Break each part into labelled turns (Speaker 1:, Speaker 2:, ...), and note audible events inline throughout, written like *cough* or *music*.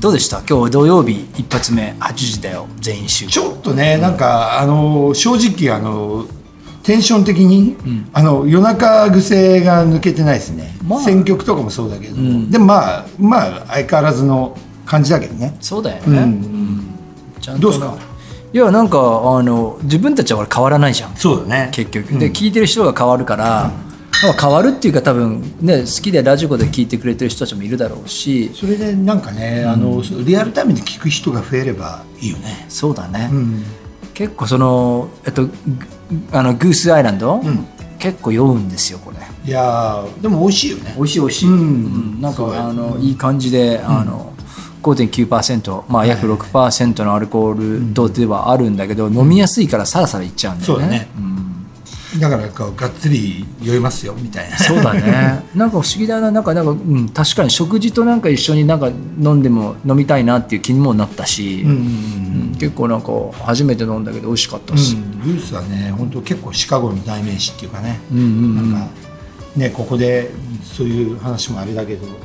Speaker 1: どうでした今日土曜日一発目8時だよ全員集合
Speaker 2: ちょっとねなんかあの正直あのテンション的に、あの夜中癖が抜けてないですね、
Speaker 1: まあ
Speaker 2: 選曲とかもそうだけど、でもまあまあ相変わらずの感じだけどね
Speaker 1: そうだよね、
Speaker 2: うん
Speaker 1: ちゃんと
Speaker 2: どうっすか
Speaker 1: いやなんかあの自分たちはほら変わらないじゃん
Speaker 2: そうだね
Speaker 1: 結局で、聞いてる人が変わるから、まあ変わるっていうか多分ね好きでラジコで聞いてくれてる人たちもいるだろうし
Speaker 2: それでなんかね、あのリアルタイムで聞く人が増えればいいよね
Speaker 1: そうだね、
Speaker 2: うん
Speaker 1: 結構そのえっとぐあのグースアイランド、結構酔うんですよこれ
Speaker 2: いやーでも美味しいよね
Speaker 1: 美味しい美味しい、
Speaker 2: うん
Speaker 1: うんなん
Speaker 2: そうだ
Speaker 1: か
Speaker 2: よ
Speaker 1: あのいい感じで、あの5.9%、まあ、約6%のアルコール度ではあるんだけど、飲みやすいからさらさらいっちゃうんだよね
Speaker 2: だからこうがっつり酔いますよみたい
Speaker 1: *laughs*
Speaker 2: な
Speaker 1: そうだねなんか不思議だななんかなんか、うん、確かに食事となんか一緒になんか飲んでも飲みたいなっていう気にもなったし、
Speaker 2: うんうん
Speaker 1: うん結構なんか初めて飲んだけど美味しかったし、
Speaker 2: うんルースはね本当結構シカゴの代名詞っていうかね、
Speaker 1: うんうんうん
Speaker 2: なんかねここでそういう話もあれだけどその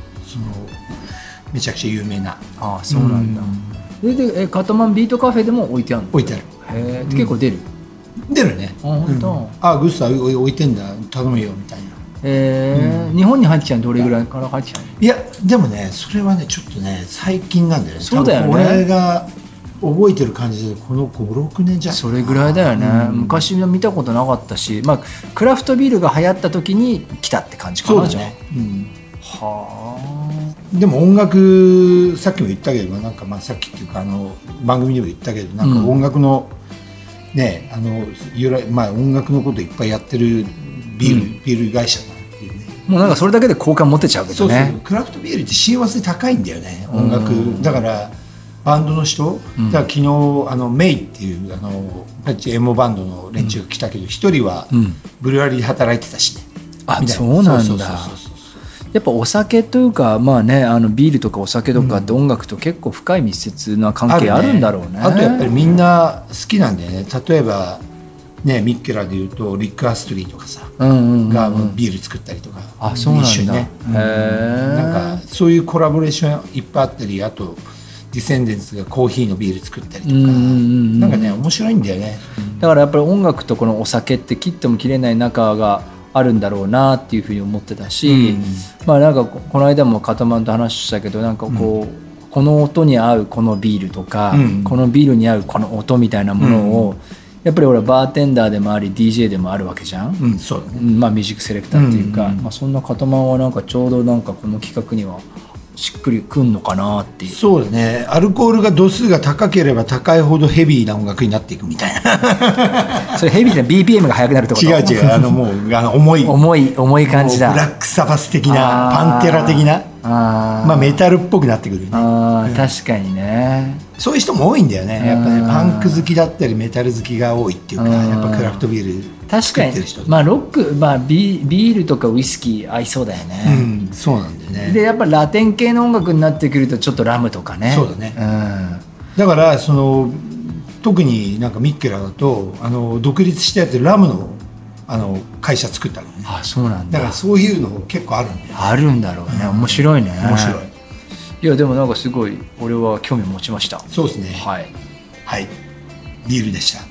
Speaker 2: めちゃくちゃ有名な
Speaker 1: ああそうなんだ、それでえカトマンビートカフェでも置いてあるの
Speaker 2: 置いてある
Speaker 1: へえ結構出る、
Speaker 2: 出るね
Speaker 1: あ本当
Speaker 2: うんあグースはおい置いてんだ頼むよみたいな
Speaker 1: えー日本に入ってきたのどれぐらいから入ってきたの
Speaker 2: いやでもねそれはねちょっとね最近なんだよね
Speaker 1: そうだよね
Speaker 2: 多分俺が覚えてる感じでこの56年じゃん
Speaker 1: それぐらいだよね、昔は見たことなかったし、まあ、クラフトビールが流行った時に来たって感じか
Speaker 2: そう
Speaker 1: な
Speaker 2: だ
Speaker 1: じゃあ
Speaker 2: ね、うん、
Speaker 1: は
Speaker 2: でも音楽さっきも言ったけどなんかまあさっきっていうかあの番組でも言ったけどなん
Speaker 1: うん
Speaker 2: か音楽の、ねあの由来まあ音楽のこといっぱいやってるビール、ビール会社だなっていうね
Speaker 1: あもうなんかそれだけで好感持てちゃうけ
Speaker 2: そ
Speaker 1: ど
Speaker 2: うそう、
Speaker 1: ね
Speaker 2: クラフトビールって親和性高いんだよね音楽、だからバンドの人、
Speaker 1: ん
Speaker 2: だから昨日あのメイっていうあのエモバンドの連中が来たけど一、人は
Speaker 1: うん
Speaker 2: ブルワリーで働いてたしね、
Speaker 1: あ
Speaker 2: みたい
Speaker 1: そうなんだ
Speaker 2: そうそうそうそう
Speaker 1: やっぱお酒というかまあねあのビールとかお酒とかって音楽と結構深い密接な関係あるんだろうね
Speaker 2: あとやっぱりみんな好きなんだよね例えばねミッケラでいうとリック・アストリーとかさ、
Speaker 1: うんうんうん
Speaker 2: がビール作ったりとか、
Speaker 1: あそうなんだ
Speaker 2: 一緒にね、
Speaker 1: へー
Speaker 2: なんかそういうコラボレーションいっぱいあったりあとディセンデンスがコーヒーのビール作ったりとか、
Speaker 1: うんうんうん
Speaker 2: なんかね面白いんだよね、
Speaker 1: だからやっぱり音楽とこのお酒って切っても切れない仲があるんだろうなっていうふうに思ってたし、
Speaker 2: うん
Speaker 1: まあなんかここの間もカトマンと話したけどなんかこう、この音に合うこのビールとか、
Speaker 2: うん
Speaker 1: このビールに合うこの音みたいなものを、やっぱり俺はバーテンダーでもあり DJ でもあるわけじゃん、
Speaker 2: うん、そうだね
Speaker 1: うんまあ、ミュージックセレクターっていうか、
Speaker 2: うんうんうん
Speaker 1: まあ、そんなカトマンはなんかちょうどなんかこの企画にはしっくりくんのかなっていう
Speaker 2: そうだねアルコールが度数が高ければ高いほどヘビーな音楽になっていくみたい
Speaker 1: *laughs*
Speaker 2: な
Speaker 1: それヘビーな BPM が速くなるってこと
Speaker 2: 違う違う *laughs* あのもうあの重い
Speaker 1: 重い重い感じだ
Speaker 2: ブラックサバス的な
Speaker 1: あー
Speaker 2: パンテラ的な
Speaker 1: あー
Speaker 2: まあ、メタルっぽくなってくるよね
Speaker 1: あー確かにね
Speaker 2: そういう人も多いんだよねやっぱねパンク好きだったりメタル好きが多いっていう
Speaker 1: う
Speaker 2: か
Speaker 1: ん
Speaker 2: やっぱクラフトビール
Speaker 1: 確
Speaker 2: 作
Speaker 1: か
Speaker 2: って
Speaker 1: に
Speaker 2: る人、
Speaker 1: まあロック、まあ、ビビールとかウイスキー合いそうだよ
Speaker 2: う
Speaker 1: ね、
Speaker 2: んそうなんだよね
Speaker 1: でやっぱラテン系の音楽になってくるとちょっとラムとかね
Speaker 2: そうだね
Speaker 1: うん
Speaker 2: だからその特になんかミッケラだとあの独立したやつラムのあの会社作ったのね
Speaker 1: あそうなんだ
Speaker 2: だからそういうの結構あるんだよ
Speaker 1: あるんだろうね面白いね
Speaker 2: 面白い
Speaker 1: いやでもなんかすごい俺は興味持ちました
Speaker 2: そうですね
Speaker 1: はい
Speaker 2: はいビールでした